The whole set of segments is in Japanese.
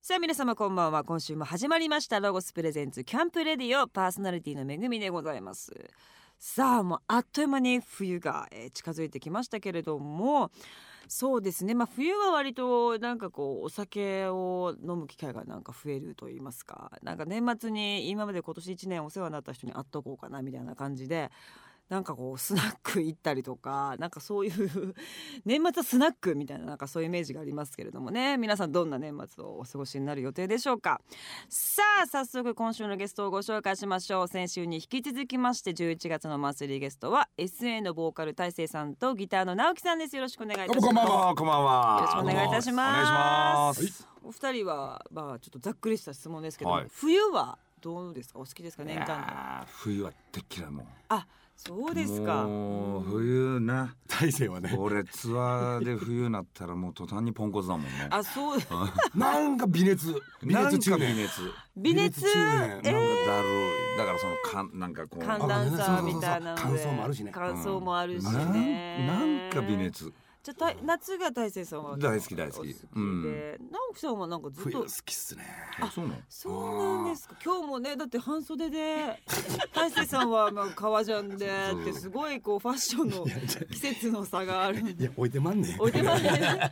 さあ皆様こんばんは今週も始まりましたロゴスプレゼンツキャンプレディオパーソナリティのめぐみでございますさあもうあっという間に冬がえー近づいてきましたけれどもそうですねまあ冬は割となんかこうお酒を飲む機会がなんか増えると言いますかなんか年末に今まで今年1年お世話になった人に会っとこうかなみたいな感じでなんかこうスナック行ったりとかなんかそういう 年末はスナックみたいななんかそういうイメージがありますけれどもね皆さんどんな年末をお過ごしになる予定でしょうかさあ早速今週のゲストをご紹介しましょう先週に引き続きまして11月のマンスリーゲストは SA のボーカル大成さんとギターの直樹さんですよろしくお願いいたしどうますもこんばんはこんばんは。よろしくお願いいたします。お願いしお二人はまあちょっとざっくりした質問ですけど、はい冬はどうですか？お好きですか？ます年間で。あー冬はてっきらもう。あ、そうですか。もううん冬な。大勢はね俺ツアーで冬なったらもう途端にポンコツだもんね。あ、そう。なんか微熱微なんか熱中微年熱。微熱。微熱中えーなん年かだるい。だからそのかんなんかこう。寒暖差みたいなので。乾燥もあるしね乾燥もあるしね。なんなんか微。熱。じゃあた夏が大成さんは大好き大好きおでうん直樹さんはなんかずっ冬と好きっすねあそうなの。そうなんですか今日もねだって半袖で大勢さんはまあ革ジャン でそうってすごいこうファッションの季節の差があるいや置いてまんねおいて ますね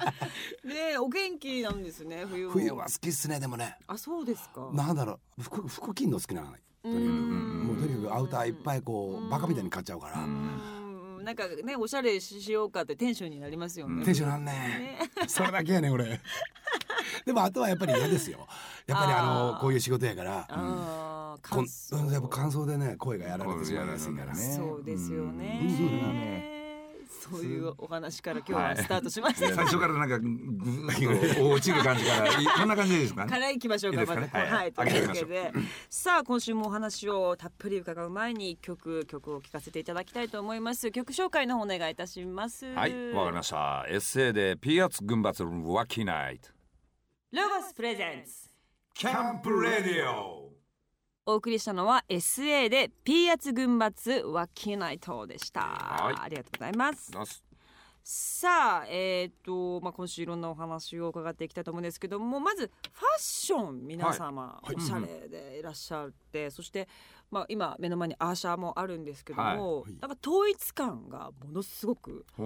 でお元気なんですね冬も冬は好きっすねでもねあそうですかなんだろう服服着んの好きなのうとにかくんもうとにかくアウターいっぱいこうんうバカみたいに買っちゃうかうらんなんかねおしゃれしようかってテンションになりますよねテンションなんねそれだけや ね俺でもあとはやっぱり嫌ですよやっぱりああのーこういう仕事やからあーこ乾ん燥うんやっぱ乾燥でね声がやられてしまいやすいから声がやられるんだよねねそうですよねうんそうだそういうお話から今日はスタートしまし最た初からなんかぐーっと落ちる感じからいこんな感じでい いですかね。からいきましょうかいいですかねまずは、はいいというわけ上げでさあ今週もお話をたっぷり伺う前に一曲曲を聴かせていただきたいと思います曲紹介の方お願いいたしますはい、わかりましした。エッセイでピーアツ群抜ワキナイト。たロゴスプレゼンツキャンプレディオ。お送りしたのは SA でピーアツ群抜ワッキーナイトでした、はいありがとうございますさあえっ、とまあ今週いろんなお話を伺っていきたいと思うんですけどもまずファッション皆様、はいはいおしゃれでいらっしゃって、そしてまあ今目の前にアーシャーもあるんですけども、はいなんか統一感がものすごくあ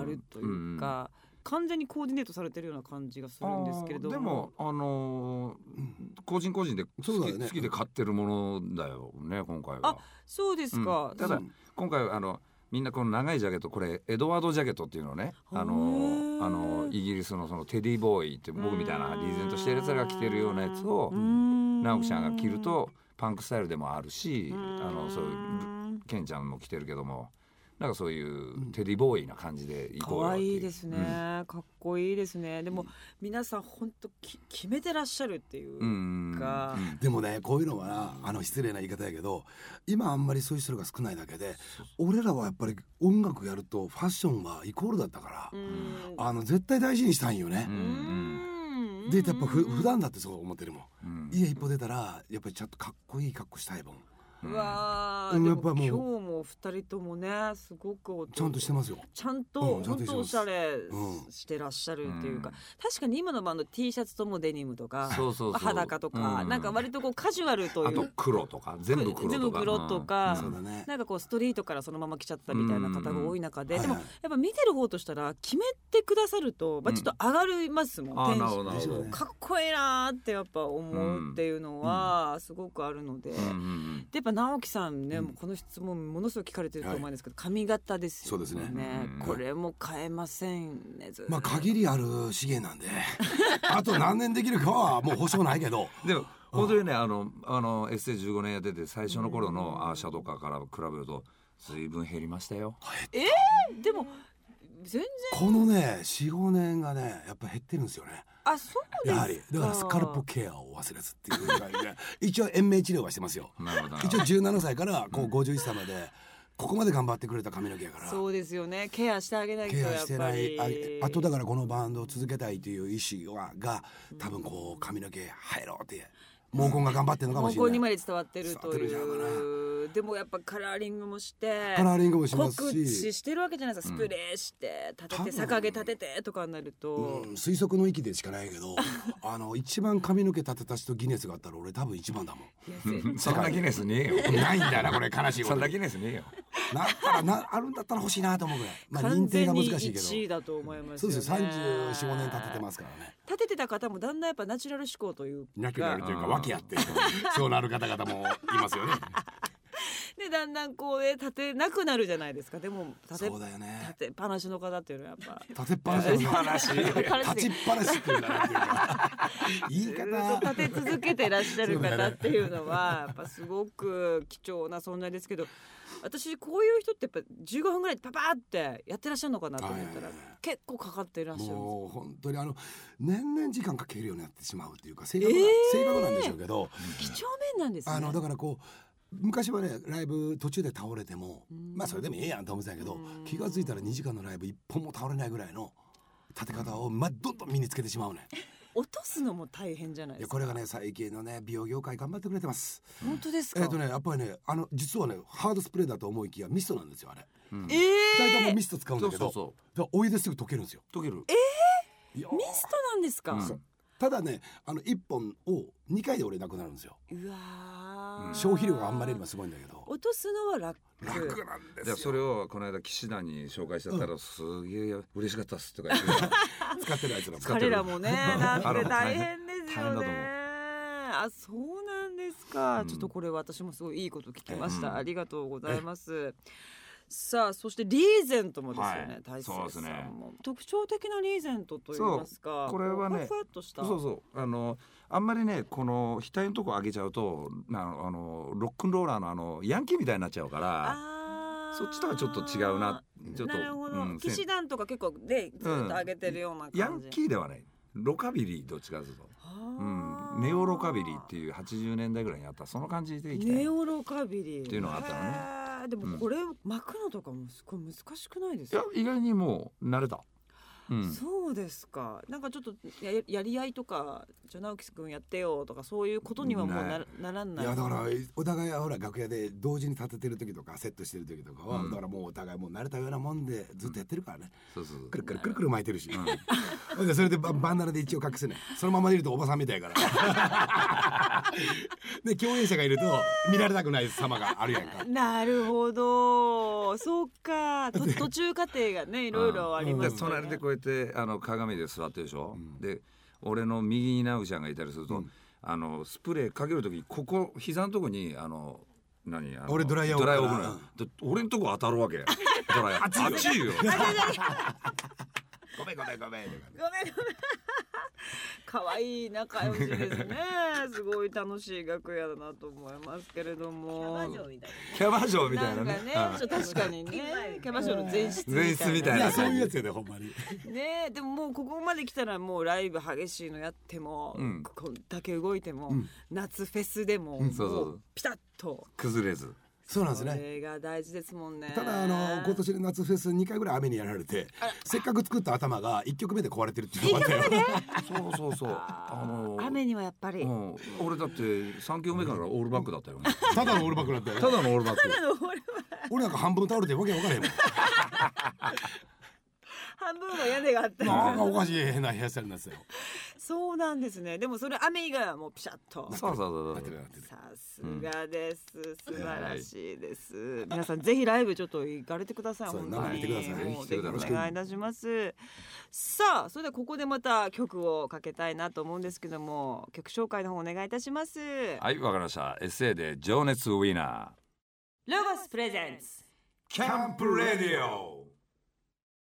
あるという。か、完全にコーディネートされてるような感じがするんですけれどもでもあのー個人個人でそ好うだき,、よね好きで買ってるものだよね今回あは。そうですか、うんただ今回はあのみんなこの長いジャケットこれエドワードジャケットっていうのねあのへーーあのイギリスのそのテディボーイって僕みたいなリーゼントしてるやつらが着てるようなやつを直直樹ちゃんが着るとパンクスタイルでもあるしあのそういうケンちゃんも着てるけどもなんかそういうテディボーイな感じで行こうよ可って愛いいですね、かっこいいですねでも、皆さん本当き決めてらっしゃるっていう、うんうんうんかうんでもねこういうのはなあの失礼な言い方やけど今あんまりそういう人が少ないだけで俺らはやっぱり音楽やるとファッションがイコールだったからう、んあの絶対大事にしたいんよねう、んうんでやっぱふ普段だってそう思ってるもん、うん家一歩出たらやっぱりちょっとかっこいい格好したいもんううんんわあ、うんでやっぱももう今日もお二人ともねすごくおちゃんとしてますよちゃんと、うんちゃ本んとしてます当おしゃれうんしてらっしゃるっていうか、うん確かに今のバンド T シャツともデニムとかそうそうそう裸とか、うなんか割とこうカジュアルとあいとう黒とか全部黒とか全部黒とかうんそうだねなんかこうストリートからそのまま来ちゃったみたいな方が多い中で、うんでもはやいはいっぱ見てる方としたら決めてくださると、まあ、うんちょっと上がりますもん、あテーンショなるンほどなるほどでしょうねかっこいいなーってやっぱ思うっていうのはすごくあるので、うんうでんうんやっぱ直樹さんね、うんもうこの質問ものすごく聞かれてると思うんですけど、髪型ですよねそうですねうんこれも変えませんねずっとまあ限りある資源なん であと何年できるかはもう保証ないけどでも本当にねあのあの SA15 年やってて最初の頃のアーシャとかから比べると随分減りましたよでも全然このね45年がねやっぱ減ってるんですよねあそうですやかはりだからスカルプケアを忘れずっていうぐらいで一応延命治療はしてますよなるほどな一応17歳からこう51歳までここまで頑張ってくれた髪の毛やからそうですよねケアしてあげないとケやっアぱりしてないああとだからこのバンドを続けたいという意思はが多分こう髪の毛入ろうって毛根が頑張ってるのかも高し校れになまいで伝わってると伝わってるんじゃいうでもやっぱカラーリングもしてカラーリングもしま告す知し、してるわけじゃないですかスプレーして立てて多分逆毛立ててとかになるうとん、推測の域でしかないけどあの一番髪の毛立てた人ギネスがあったら俺多分一番 だもんいや絶対 そんなギネスねえよ。ないんだよなこれ悲しいことにそんなギネスねえよ。なったらなあるんだったら欲しいなと思うぐらいまあ完認定全がに難しいけど1位だと思いますそうよでねすよ345年立ててますからね立ててた方もだんだんやっぱナチュラル思考というか なくなるというか訳あってそうなる方々もいますよねでだんだんこうね立てなくなるじゃないですかでも立て そうだよね立てっぱなしの方っていうのはやっぱ立てっぱなしだもんね話。立ちっぱなしっていうんだなっていうか言いずっ方と立て続けてらっしゃる方っていうのはやっぱすごく貴重な存在ですけど私こういう人ってやっぱ15分ぐらいでパパーってやってらっしゃるのかなと思ったらはいはいはい結構かかってらっしゃるんですもう本当にあの年々時間かけるようになってしまうっていうか性格,、性格なんでしょうけど貴重面なんですねあのだからこう昔はねライブ途中で倒れてもうんまあそれでもええやんと思ってたんやけどうん気が付いたら2時間のライブ1本も倒れないぐらいの立て方を、ま、どんどん身につけてしまうね落とすのも大変じゃないいでやすかこれがね最近のね美容業界頑張ってくれてます本当ですえかっ、とねやっぱりねあの実はねハードスプレーだと思いきやミストなんですよあれうんえ二人とーもミミススト使うんそだうけそどうそだからお湯ですぐ溶けるんですよう。溶ける。いやトなんですか、うんそうただねあの1本を2回で俺なくなるんですようわーうん消費量があんまりればすごいんだけど落とすのは楽楽なんじですゃよあそれをこの間岸田に紹介しちゃったらすげえ嬉しかったっすとか 言って使ってるやつらも使って彼るらも ねなんあらて大変です大変だよとね思うあそうなんですか、うんちょっとこれ私もすごいいいこと聞きました、うんありがとうございますさあそしてリーゼントもですよね、は大いそう成でさすねんも、特徴的なリーゼントといいますかそうこれはねふわふわっとしたそうそうあのあんまりねこの額のとこ上げちゃうとなあのロックンローラーのあのヤンキーみたいになっちゃうからあーそっちとはちょっと違うなちょっとなるほど、うんせ騎士団とか結構でずっと上げてるような感じ、ヤンキーではないロカビリーどっちかというと、うん、ネオロカビリーっていう80年代ぐらいにあったその感じでいきたいネいオロカビリーっていうのがあったのねねでもこれ巻くのとかもすごい難しくないですやか、意外にもう慣れた、うん、そうですかなんかちょっとややり合いとかじゃあ直樹君やってよとかそういうことにはもうななならんいないやだからお互いはほら楽屋で同時に立ててる時とかセットしてる時とかは、うんだからもうお互いもう慣れたようなもんでずっとやってるからね、そうそうそうくるくるくるくる巻いてるし、うんほんでそれでババンダナで一応隠すねそのままでいるとおばさんみたいから で共演者がいると見られたくない様があるやんかなるほどそうかと途中過程がねいろいろありまですよ隣ねでこうやってあの鏡で座ってるでしょ、んで俺の右に直樹ちゃんがいたりすると、うんあのスプレーかける時ここ膝のとこにあの何あの俺ドライヤード置くラかイらヤー置くのよだ俺のとこ当たるわけドライヤー 熱いよごめんごめんごめんごめんとかねごめん。可愛い仲良しですね。すごい楽しい楽屋だなと思いますけれども。ラジオみたいキャバ嬢みたいななんねかね、うんちょっと確かにね、キャバ嬢の前室みたいな前室みたいなやそういうやつよねほんまにねえでももうここまで来たらもうライブ激しいのやっても、うんこんだけ動いても、うん夏フェスでも、そうそうそうもピタッと崩れずそうなんですねこれが大事ですもんねただあの今年の夏フェス2回ぐらい雨にやられてせっかく作った頭が1曲目で壊れてるっていうのがあったよそうそうそうあの雨にはやっぱ り、うん、俺だって三曲目からオールバックだったよねただのオールバックだったよただのオールバック俺なんか半分倒れてわけわからへんもん半分の屋根があったなんかおかしい変なヘアスタイルになってたよそうなんですねでもそれ雨以外はもうピシャッとそうそうそなうっそてるなうってるさすがです、素晴らしいです、皆さんぜひライブちょっと行かれてくださいそう本当生にで見てくださいもうぜぜひひ来てくおださい願いいたしますさあそれではここでまた曲をかけたいなと思うんですけども曲紹介の方お願いいたします、はいわかりましたエッセイで情熱ウィナーロゴスプレゼンツキャンプレディオ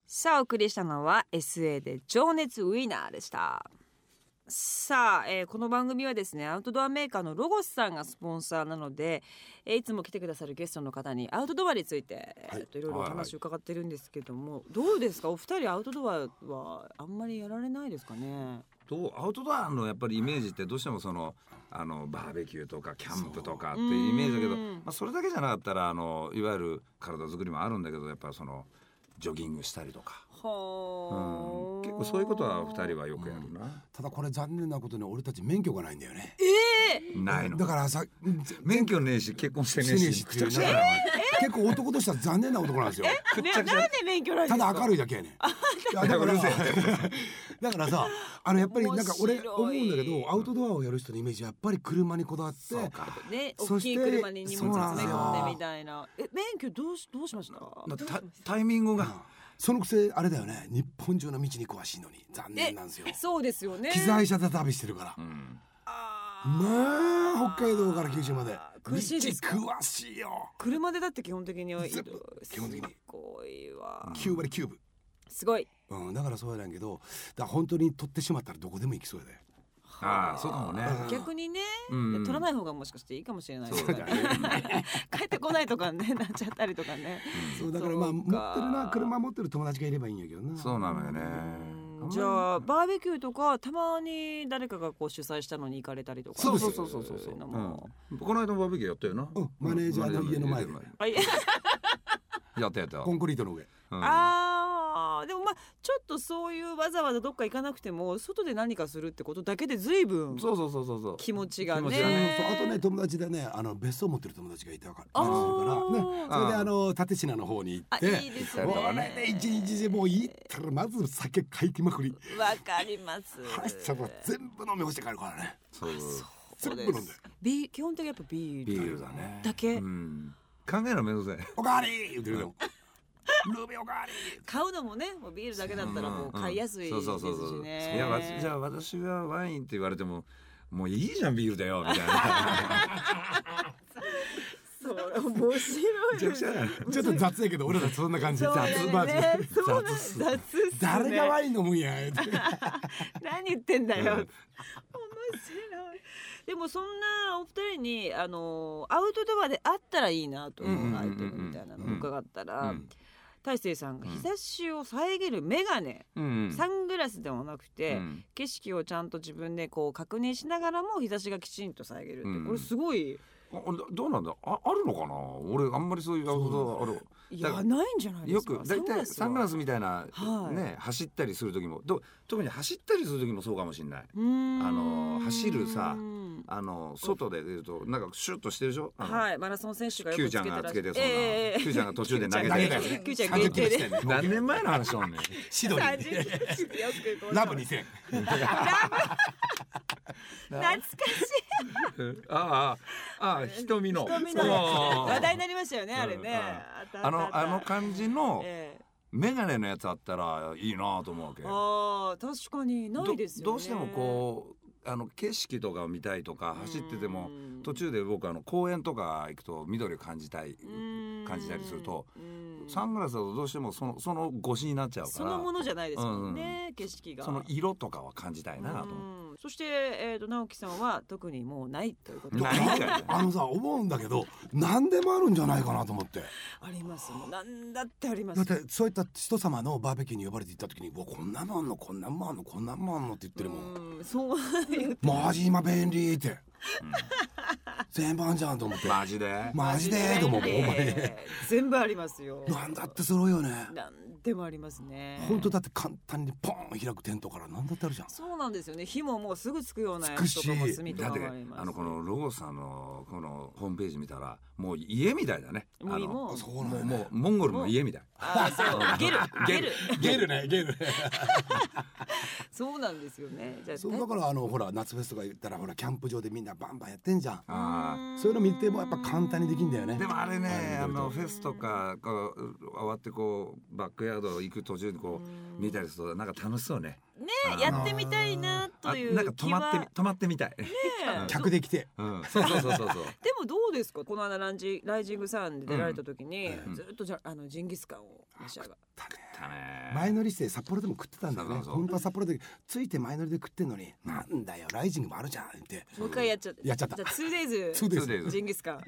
さあお送りしたのは SA で情熱ウィナーでしたさあ、えーこの番組はですねアウトドアメーカーのロゴスさんがスポンサーなので、えーいつも来てくださるゲストの方にアウトドアについて、えーちょっといろいろおはいはい話を伺ってるんですけども、どうですかお二人アウトドアはあんまりやられないですかねどうアウトドアのやっぱりイメージってどうしてもそのあのバーベキューとかキャンプとかっていうイメージだけど、うまあ、それだけじゃなかったらあのいわゆる体作りもあるんだけどやっぱりそのジョギングしたりとか、はうん、結構そういうことは二人はよくやるな、ただこれ残念なことに俺たち免許がないんだよねえないのだからさ免許ねえし結婚してねえしくちゃくちゃだな結構男としては残念な男なんですよくねちなゃんくでちゃ免許ないんでたすだか明るいだけやねんいやだからだからさあのやっぱりなんか俺面白思ういんだけどアウトドアをやる人のイメージはやっぱり車にこだわってそうかね、そ大してきい車に荷物そうなん詰ですめよ込んでみたいな。え、免許どうしどうしました？なタタイミングが、そのくせあれだよね日本中の道に詳しいのに残念なんですよえそうですよね。機材車で旅してるからうんあーまあ北海道から九州まで詳しいですか道詳しいよ車でだって基本的には移全動部基本的にすごいわ。 9割9分すごい。うん、だからそうやねんけどだから本当に取ってしまったらどこでも行きそうやでああそうかもね、うん逆にね、うん取らない方がもしかしていいかもしれないですそうだね ね帰ってこないとかね、なっ ちゃったりとかね。そうだからまあそう持かってるな車持ってる友達がいればいいんやけどなそうなのよねうんじゃあバーベキューとかたまに誰かがこう主催したのに行かれたりとか。そうですそうそうそうそういのもうん、この間もバーベキューやったよな、うんマネージャーの家の前であいややったやった、コンクリートの上うんあーでもまあちょっとそういうわざわざどっか行かなくても外で何かするってことだけで随分そうそうそうそうそう気持ちが気持ねちがねそうあとね友達でねあの別荘持ってる友達がいたからあからねーそれであの蓼科の方に行あっいいてですねそうもだうね一日でもういいったらまず酒かいてまくりわかりますはいちゃんと全部飲み干して帰るからねそうそう全部で飲んですビー基本的にやっぱビールビールだねだけうん、考えろめんどくさいおかわり言ってるのルービーおかわり買うのもねもうビールだけだったらもう買いやすいそでうすそうそうしそうねいやわじゃあ私はワインって言われてももういいじゃんビールだよみたい なそれ面白いめちゃくちゃだねちょっと雑やけど俺らそんな感じそう雑だねマジでそうだ雑っす雑っすね誰がワイン飲むんや言うて何言ってんだよ。面う白いん。でもそんなお二人にあのアウトドアであったらいいなとうんうん思ううんうんアイテムみたいなのを伺ったうらん大勢さんがうん日差しを遮る眼鏡、うんサングラスでもなくて、うん景色をちゃんと自分でこう確認しながらも日差しがきちんと遮るって、うんこれすごいあどどうなんだああるのかな俺あんまりそういうアウトドアあるいだやからないんじゃないでよすかく大体サングラススみたいな、はいね走ったりする時もど特に走ったりする時もそうかもしれないああの走るさあの外で出るとなんかシュッとしてるでしょあのはいマラソン選手がよキュくーつちゃんけてらがっしつゃけるてそんな、ええキューちゃんが途中で投げキュてーちゃん投げキューちゃん30限キロ定地で点で何年前の話しとんねんシドニーでラブ2000懐かしいああああ瞳の瞳あのあ話題になりましたよねあれうんねうんたたあのたあの感じのええ眼鏡のやつあったらいいなと思うわけどあー確かにないですよねどうしてもこうあの景色とかを見たいとか走ってても途中で僕あの公園とか行くと緑を感じたい感じたりするとサングラスだとどうしてもそのその越しになっちゃうかそらのものじゃないですもんね景色がその色とかは感じたいなと思っうんそしてえーと直樹さんは特にもうないということて。でないんかいあのさ思うんだけど何でもあるんじゃないかなと思ってありますもうなんだってありまだっすてそういった人様のバーベキューに呼ばれて行った時に「うわこんなもんあんのこんなもんあんのこんなもんあんの」って言ってるもんうんそういう「マジ今便利」って全部あんじゃんと思って マジで、マジでと思ってほんまに全部ありますよなんだって揃うよねなんでもありますね本当だって簡単にポン開くテントから何だってあるじゃんそうなんですよね火ももうすぐつくようなやつくつしとかも炭とだっかてもありますあのこのロゴスさんのこのホームページ見たらもう家みたいだねあもうのもあうそうもなんうやもうモンゴルの家みたいあそうゲルゲルゲルねゲルねそうなんですよねじゃあそうだからあのほら夏フェスとか言ったらほらキャンプ場でみんなバンバンやってんじゃんあそういうの見てもやっぱ簡単にできんだよねーでもあれねああれ見てるとのフェスとかこう終わってこうバックヤード行く途中にこう見たりするとなんか楽しそうねねやってみたいなとあいなんかう泊気はまってみ泊まってみたい、ね客で来てうん、そうそうそうそうそうでもどうですかこの間ランジライジングサンで出られた時にずっとじゃあのジンギスカンを召し上がるだね前乗りして札幌でも食ってたんだよねそうそう本当は札幌でついて前乗りで食ってんのになんだよライジングもあるじゃんってもう一回やっちゃってやっちゃったじゃあ 2days そうでそうすですジンギスカン。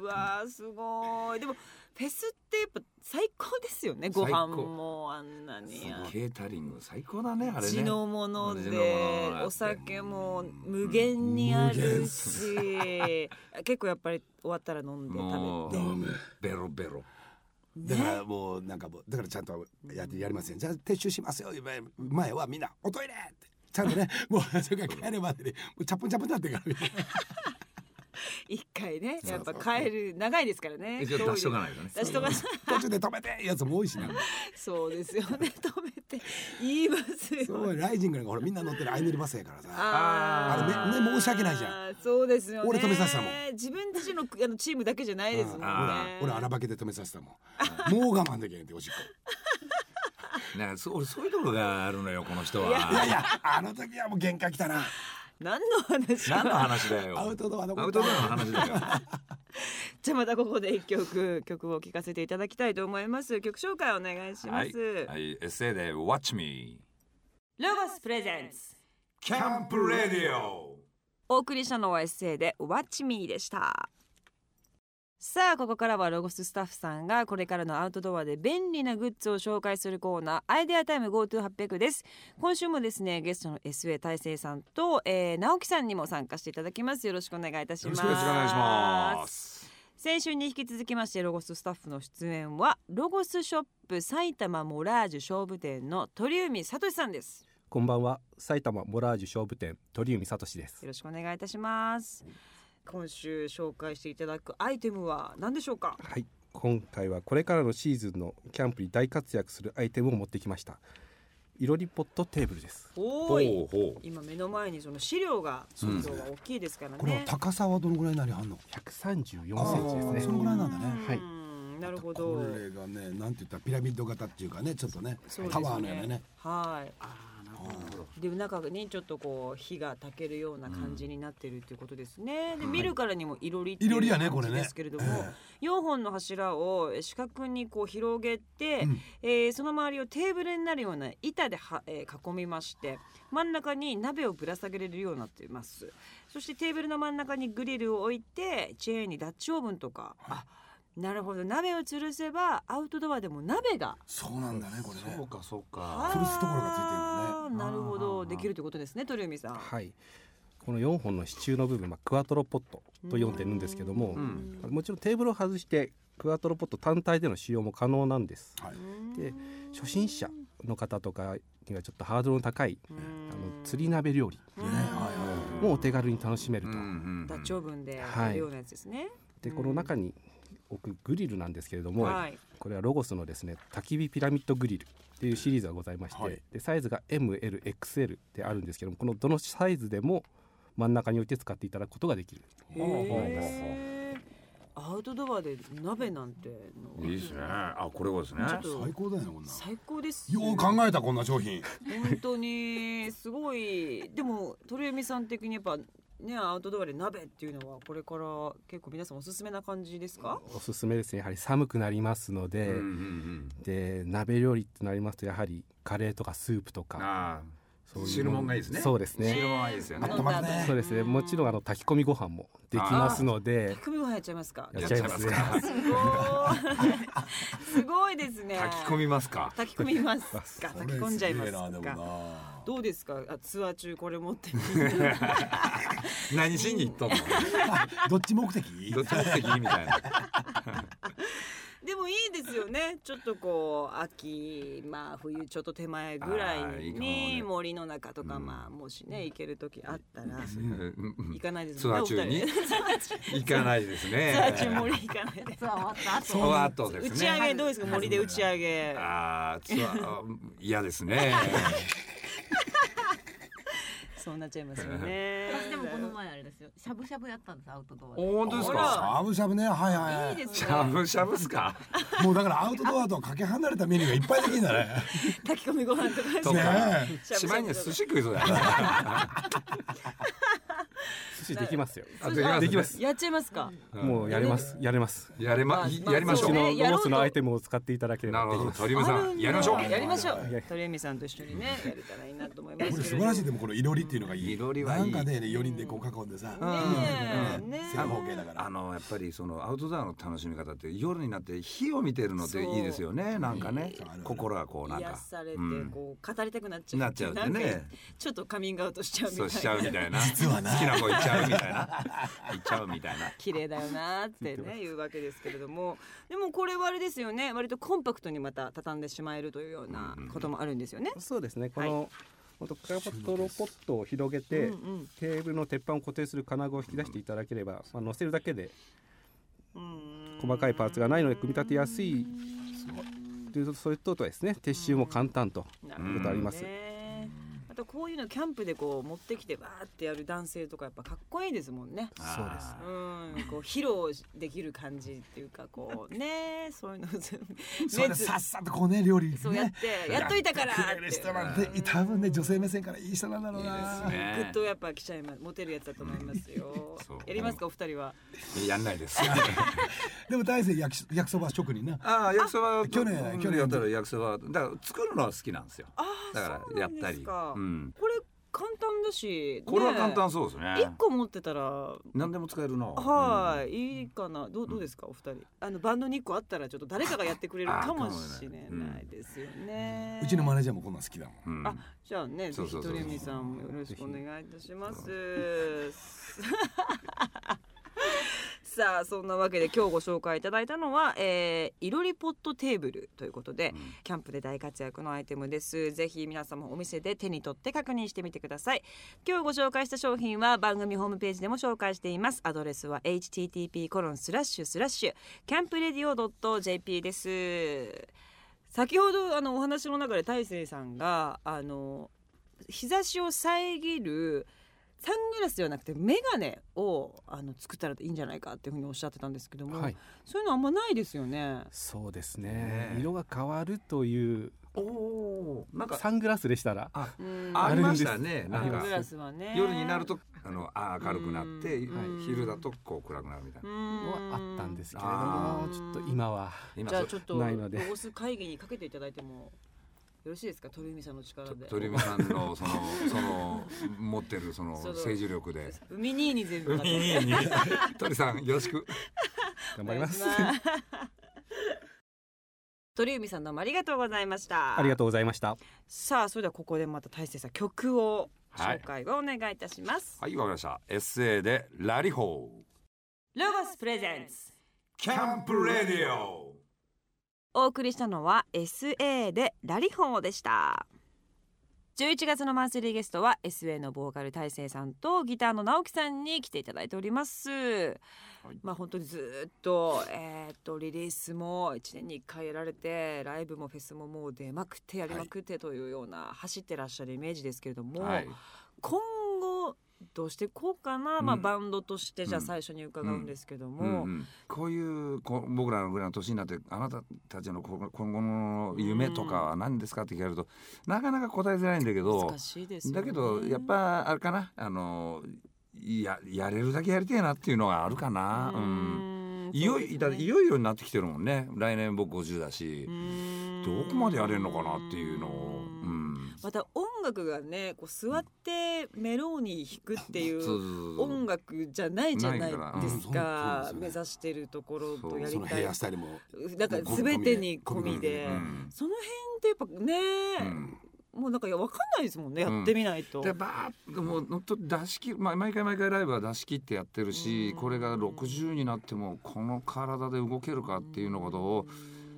うわーすごい。でもフェスってやっぱ最高ですよね。ご飯もあんなに。ケータリング最高だねあれ地ねのもので地のものお酒も無限にあるし結構やっぱり終わったら飲んでも食べてうベロベロだからもうなんかもうだからちゃんとやってやりますよじゃあ撤収しますよ前前 はみんなおトイレってちゃんとねもうそれから帰るまでにもうチャッポンチャッポンになってから一回ねそうやっぱ帰る長いですからね一応出しとかないとね出しとかない途中で止めてやつも多いしね。そうですよね止めて言いますすよごいライジングなんかほらみんな乗ってるアイヌルバスやからさ。ーあれねね申し訳ないじゃんそうですよね俺止めさせたもん自分たちのあのチームだけじゃないですもんねあ俺荒化けで止めさせたもん。もう我慢できへんっておしっこ。なんかそう俺そういうところがあるのよこの人いやいやいは。やあの時はもう限界来たな。何の話何の話だよ。アウトドアのこアとウトドアの話だよ。じゃあまたここで一曲曲を聴かせていただきたいと思います曲紹介お願いします、はい、エッセイで Watch Me。ロゴスプレゼンツキャンプレディオ。お送りしたのはエッセイで Watch Me でしたさあここからはロゴススタッフさんがこれからのアウトドアで便利なグッズを紹介するコーナーアイデアタイム GoTo800 です今週もですねゲストの SA 大成さんと、えー、直樹さんにも参加していただきますよろしくお願いいたしよまろすしくお願いします。先週に引き続きましてロゴススタッフの出演はロゴスショップ埼玉モラージュ勝負店の鳥海聡さんですこんばんは埼玉モラージュ勝負店鳥海聡ですよろしくお願いいたします今週紹介していただくアイテムは何でしょうかはい今回はこれからのシーズンのキャンプに大活躍するアイテムを持ってきましたいろりポットテーブルですおーいほうほう。今目の前にその資料がそうで今す日ねは大きいですからねこれは高さはどのぐらいになりはんの。 134センあチですーねそのぐらいなんだねうはいなるほどこれがねなんて言ったらピラミッド型っていうかねちょっとねそうですねタワーのようなね。はいで中にちょっとこう火が焚けるような感じになってるっていうことですね、で見るからにもいろりっていいろりやねう感じこれねですけれども、ええ4本の柱をえー四角にこう広げて、うんえーその周りをテーブルになるような板では、えー囲みまして真ん中に鍋をぶら下げれるようになっていますそしてテーブルの真ん中にグリルを置いてチェーンにダッチオーブンとか、あなるほど鍋を吊るせばアウトドアでも鍋がそうなんだねこれそねう。かそうあか。ー吊るすところがついてるのなるほあどーできるということですね鳥海さんはいこの4本の支柱の部分、まあ、クワトロポットと呼んでるんですけども、うんもちろんテーブルを外してクワトロポット単体での使用も可能なんですはい。で初心者の方とかにはちょっとハードルの高いあの釣り鍋料理りねはいはいもお手軽に楽しめるうと、んうんダッチオーブンではいやるようなやつですね。でうんこの中に置くグリルなんですけれども、はい。これはロゴスのですね焚き火ピラミッドグリルっていうシリーズがございまして、はいでサイズが MLXL であるんですけどもこのどのサイズでも真ん中に置いて使っていただくことができるへえ。アウトドアで鍋なんてのいいですね。あ、これはですね。ちょっと最高だよねこんな。最高です。よう考えたこんな商品。本当にすごい。でも鳥海さん的にやっぱねアウトドアで鍋っていうのはこれから結構皆さんおすすめな感じですか？おすすめですねやはり寒くなりますので、うんうんうん。で鍋料理となりますとやはりカレーとかスープとかあそういう汁物がいいですねそうですー、ね白はいいですよねあ。ったまるねそうですねもちろんあの炊き込みご飯もできますので首もやっちゃいますか？やっちゃいますねやっちゃいますごい。すごいですね。炊き込みますか。炊き込みます か。これ炊き込んじゃいますげえなでもか。な。どうですかあツアー中これ持って何しに行ったの。どっち目的どっち目的みたいな。でもいいですよねちょっとこう秋まあ冬ちょっと手前ぐらあーいいいかもねに森の中とかうんまあもしね行ける時あったらうんうん行かないですツもアんねー中にお二人 ツ行かないですね。アー中森行かないですその後です打ね。ち上げどうですか森で打ち上げああ、ツアー、うん嫌で すね。そうなっちゃいますよね私でもこの前あれですよしゃぶしゃぶやったんですアウトドアで本当ですあか。しゃぶしゃぶねはいはいいでしすゃねぶしゃぶっすか。もうだからアウトドアとはかけ離れたメニューがいっぱいできんだ ね炊き込みご飯とかとねかね。しゃぶしゃぶとかしまいには寿司食 いそうだよね。 寿司できますよあできますできますやっちゃいますかもうやれますやれますやれま、まあやりましうょちう。まのねやろうとロースのアイテムを使っていただけれなばるでほきど、ます鳥海さあるん、だやりましょう。やりましょはいう鳥海さんと一緒にねやれたらいいなと思いまこすけれどれ素晴らしいでもこのいろりっていうのがいいいろりはいいなんかね4人でこう囲んでさねえうんねえ正方形だかあらのやっぱりそのアウトドアの楽しみ方って夜になって火を見てるのでいいですよねなんかねそうあるある心がこうなん癒かされてうんこう語りたくなっちゃうなっちゃうってねちょっとカミングアウトしちゃうみたいうそなしちゃうみたいな実はな好きな子いっちゃうみたいないっちゃうみた いな 綺麗だよなーってね言うわけですけれどもでもこれはあれですよね割とコンパクトにまた畳んでしまえるというようなこともあるんですよね。そうですねこのほんとカバトロポットを広げて、うんテーブルの鉄板を固定する金具を引き出していただければ、まあ、乗せるだけでうん細かいパーツがないので組み立てやすいというとそれととですね撤収も簡単と、ないうことありますねあとこういうのキャンプでこう持ってきてバーってやる男性とかやっぱかっこいいですもんね。そうですうん、こう披露できる感じっていうかこうねそういうの 全部それでさっさとこうね料理そうやっねて、やっといたからってくれる人なんで多分ね女性目線からいい人なんだろうないいですねグッとやっぱ来ちゃいますモテるやつだと思いますよそうやりますかお二人はやんないです。でも大勢焼き焼きそば職人な ああ、焼きそば、去年うん去年やったら焼きそば、だから作るのは好きなんですよ。あだかそうらなやっんたでりす。か、うん。これ簡単だしこれは簡単ねそうですえ一ね。個持ってたら何でも使えるな。はい、いいかなどうどうですかお二人あのバンドに一個あったらちょっと誰かがやってくれるあかもかもししれれなないいですよね、うちのマネージャーもこんなん好きだもんうん。うんあじゃあねぜそうひそうそう鳥海さんもよろしくお願いいたします さあそんなわけで今日ご紹介いただいたのは、えー、いろりポットテーブルということで、うんキャンプで大活躍のアイテムですぜひ皆様お店で手に取って確認してみてください今日ご紹介した商品は番組ホームページでも紹介していますアドレスは http コロンスラッシュスラッシュキャンプレディオ .jp です先ほどあのお話の中で大勢さんがあの日差しを遮るサングラスではなくて眼鏡をあの作ったらいいんじゃないかっていうふうにおっしゃってたんですけども、はいそういうのあんまないですよね。そうですねねえ色が変わるというおおー、なんか。サングラスでしたらあ、うんあありるんまですしたね。サなんンかグ。ラスはね夜になると、あの、あ、明るくなって、うん昼だと、こう暗くなるみたいな。はあったんですすけれどもうんちょっと今は今じゃあちょっとないのでロゴス会議にかけていただいてもよろしいですか鳥海さんの力で鳥海さ んのそのその持ってるそのその政治力で海にに全部かけてに 鳥さんよろしく頑張りますお願いします 鳥海さんどうもありがとうございました ありがとうございましたさあそれではここでまた大勢さん曲をはい紹介をお願いいたします、はいわかりました SA でラリホーロゴスプレゼンツキャンプレディオお送りしたのは SA でラリホーでした11月のマンスリーゲストは SA のボーカル大成さんとギターの直樹さんに来ていただいております、まあ本当にずっとえーっとリリースも1年に1回やられてライブもフェスももう出まくってやりまくってというような走ってらっしゃるイメージですけれども、はい今後どうしていこうかな、まあうんバンドとしてじゃあうん最初に伺うんですけども、うんうんこういうこう僕らのぐらいの年になってあなたたちのこ今後の夢とかは何ですかって聞かれるとなかなか答えづらいんだけど難しいですよねだけどやっぱあれかなあのややれるだけやりたいなっていうのがあるかな。うんうんいよそうでいすだねいよいよになってきてるもんね来年僕50だしう、ーんどこまでやれるのかなっていうのを、うん、また音楽がねこう座ってメローに弾くっていそうそううそうそう音楽じゃないじゃないですないからかうんそうそうですよね目指してるところとやそりのたヘいアスタイルもなんか全てに込みでうんその辺ってやっぱうねんもうなんかいやわかんないですもんねやってみないと。でバーッともう本当出し切る、まあ、毎回毎回ライブは出し切ってやってるし、うんこれが60になってもこの体で動けるかっていうのことを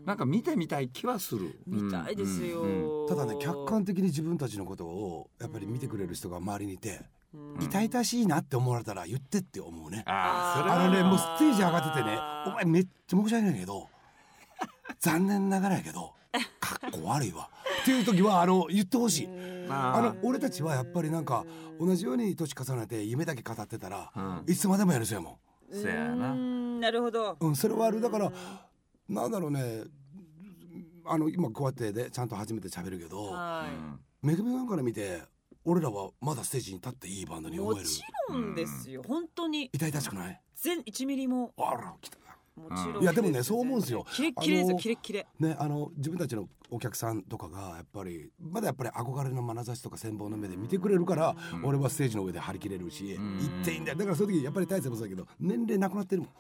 なんか見てみたい気はする。みたいですよ、うんうんただね客観的に自分たちのことをやっぱり見てくれる人が周りにいて痛々しいなって思われたら言ってって思うねああそれあはのねあーもうステージ上がっててねお前めっちゃ申し訳ないけど残念ながらやけどかっこ悪いわっていう時はあの言ってほしいあーあの俺たちはやっぱりなんか同じように年重ねて夢だけ語ってたらうんいつまでもやる人やもせやなうんなるほどん、うん、それはあるだからなんだろうねあの今こうやってでちゃんと初めて喋るけどはういんめぐみさんから見て俺らはまだステージに立っていいバンドにも思えるちろんですよ本当に痛々しくない全1ミリもあら来たもちろん、うんいやでもねそう思うんですよキレッキレですあよのキレッキレね、あの自分たちのお客さんとかがやっぱりまだやっぱり憧れの眼差しとか羨望の目で見てくれるから、うん俺はステージの上で張り切れるし、うん言っていいんだよだからそういう時やっぱり大勢もそうだけど年齢なくなってるもん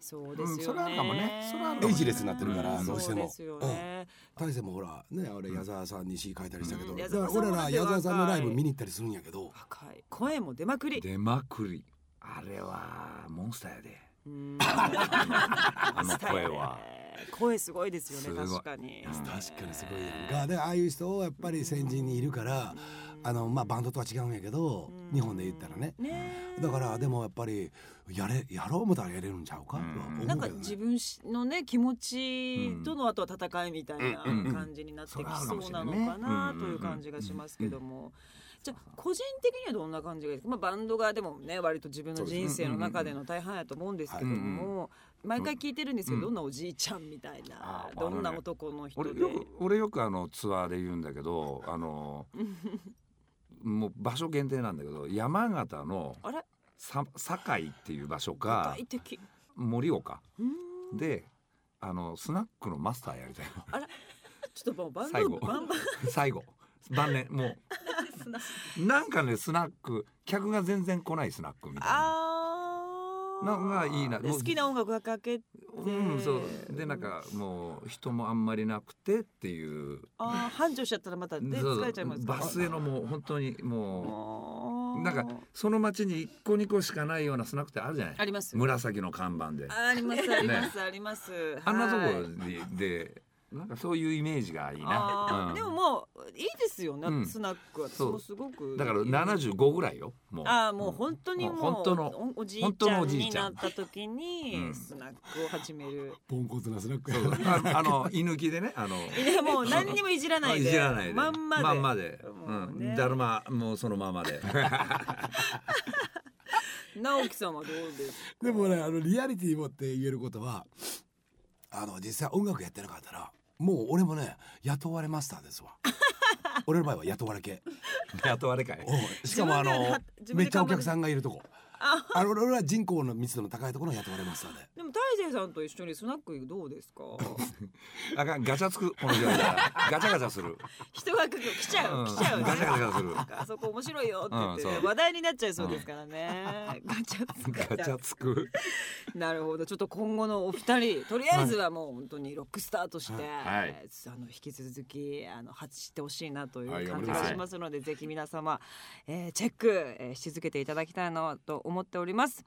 そうですよね、うんそれはあるかもねそれはあるかもエイねジレスになってるから、うんどうしてそうもですよね、大勢もほらね俺矢沢さんに詩書いたりしたけど、うんだから俺ら矢沢さんのライブ見に行ったりするんやけど若い声も出まくり出まくりあれはモンスター やでうんあの声は。 声すごいですよすねごい確かに確かにすごいやんかでああいう人をやっぱり先人にいるからあのまあバンドとは違うんやけどうん日本で言ったらねねえだからでもやっぱりやれやろう思ったらやれるんちゃうかとは思うけなどんかね自分しのね気持ちとのあとは戦いみたいなうんうんうん感じになってきそれはあるかもそうしなれのないねかなという感じがしますけどもじゃあ個人的にはどんな感じがいいですか、まあ、バンドがでもね割と自分の人生の中での大半やと思うんですけども毎回聞いてるんですけどどんなおじいちゃんみたいなあーどんな男の人俺でよく俺よくあのツアーで言うんだけどあの もう場所限定なんだけど山形のあれさ堺っていう場所具か体的盛岡うーんであのスナックのマスターやりたいのちょっともうバン最ド後バンバン 最後晩年もうなんかねスナック客が全然来ないスナックみたいあな。ーなんかいいなで好きな音楽がかけてうん、そうでなんかもう人もあんまりなくてっていうあー繁盛しちゃったらまたねそう疲れちゃいますからバスへのもう本当にももうなんかその町に一個二個しかないようなスナックってあるじゃないあります紫の看板でありますありますあります、あんなとはいこででなんかそういうイメージがいいあーな、うんでももういいですよね、うんスナックはそうもうすごくだから75ぐらいよもうああもう本当にもうもう本当のおおじい本ち当ゃのんおじにいちなゃっんた時うにんスナックを始める、ポンコツなスナックそやうそうああの居抜きでねあのいやもう何にもいじらないで いじらないでまんまでまんまで、もううねん、だるまもうそのま まで直樹さんはどうですでもねあのリアリティ持って言えることはあの実際音楽やってなかったらもう俺もね雇われマスター ですわ俺の場合は雇われ系雇われかいおうしかもあ自分でのは自分でめっちゃお客さんがいるとこああの俺は人口の密度の高いところの雇われマスターででも大勢さんと一緒にスナックどうです かあかんガチャつくこの状態ガチャガチャする、人が来ちゃう、うん来ちゃうねガチャガチャするあそこ面白いよって言ってね、うんそう話題になっちゃいそうですからね、ガチャつガチャつくなるほどちょっと今後のお二人とりあえずはもう本当にロックスターとして、はいあの引き続きあの発してほしいなといはいう感じ頑張りまがすしますので、ぜひ皆様、えーチェック、えーし続けていただきたいなと思っております。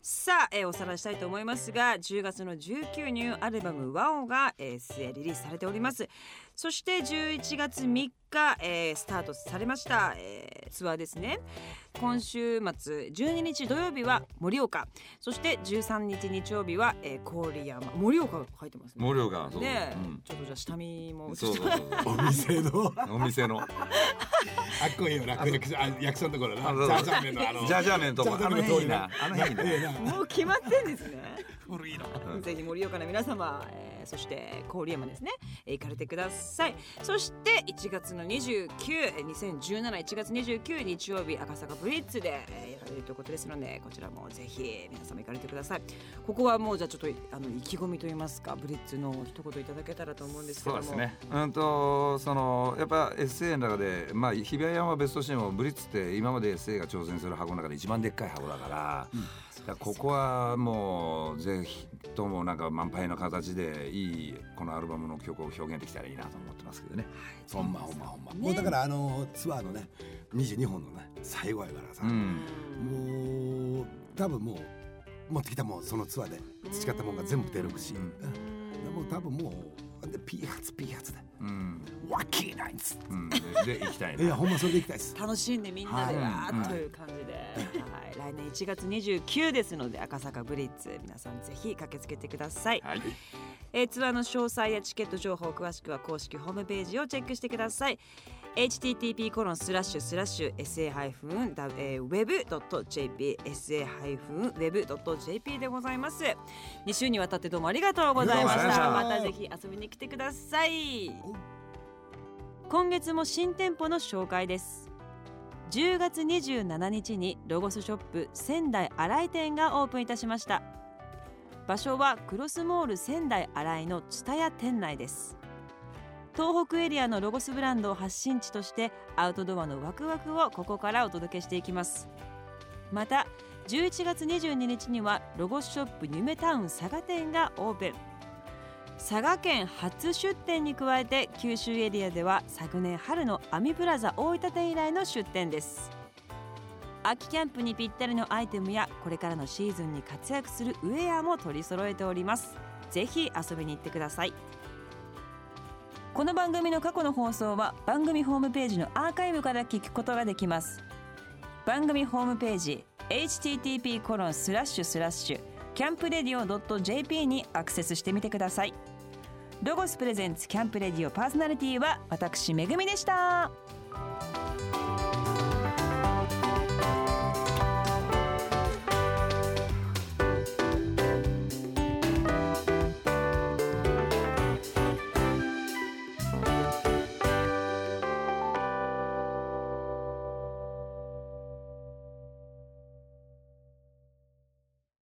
さあ、えーおさらいしたいと思いますが10月の19ニューアルバム「ワオが、えー末リリースされておりますそして11月3日、えースタートされました、えーツアーですね今週末12日土曜日は盛岡そして13日日曜日は、えー、郡山盛岡が入ってますね森岡そう、ねえ、うんちょっとじゃあ下見もそうそうそうお 店のあっお店のこいいよな役者あ役者のところなあそうジャージャー麺のあのジャージャー麺とかジャージャー麺の通りなあの辺いいなあの辺いいなもう決まってんですね古いのぜひ盛岡の皆様、えーそして郡山ですね、えー行かれてくださいそして1月の292017月29日曜日赤坂ブリッツで、えーやられるということですのでこちらもぜひ皆様行かれてくださいここはもうじゃあちょっとあの意気込みといいますかブリッツの一言いただけたらと思うんですけどそもうですね。うんとそのやっぱ SA の中でまあ日比谷山はベストシーンもブリッツって今まで SA が挑戦する箱の中で一番でっかい箱だから。だからここはもうぜひともなんか満杯の形でいいこのアルバムの曲を表現できたらいいなと思ってますけどね。ほんまほんまほんま、ねもうだからあのツアーのね22本のね最後やからさ、うん。もう多分もう持ってきたもんそのツアーで培ったもんが全部出るし、うんうんもう多分もうでピーハツピーハツでうん。ワッキーナイツうん。でで行きたいいやな。ほんまそれでいきたいです楽しんでみんなではいわーっとはいいう感じで、はい、来年1月29ですので赤坂ブリッツ皆さんぜひ駆けつけてください、はい。えーツアーの詳細やチケット情報詳しくは公式ホームページをチェックしてください http コロンスラッシュスラッシュ sa-web.jp sa-web.jp でございます2週にわたってどうもありがとうございましありがとうたござまいたましたぜひ遊びに来てください今月も新店舗の紹介です10月27日にロゴスショップ仙台新井店がオープンいたしました場所はクロスモール仙台新井の蔦屋店内です東北エリアのロゴスブランドを発信地としてアウトドアのワクワクをここからお届けしていきますまた11月22日にはロゴスショップ夢タウン佐賀店がオープン佐賀県初出店に加えて九州エリアでは昨年春のアミプラザ大分店以来の出店です秋キャンプにぴったりのアイテムやこれからのシーズンに活躍するウェアも取り揃えておりますぜひ遊びに行ってくださいこの番組の過去の放送は番組ホームページのアーカイブから聞くことができます番組ホームページ http コロンスラッシュスラッシュキャンプレディオ .jp にアクセスしてみてくださいロゴスプレゼンツキャンプレディオパーソナリティは私めぐみでした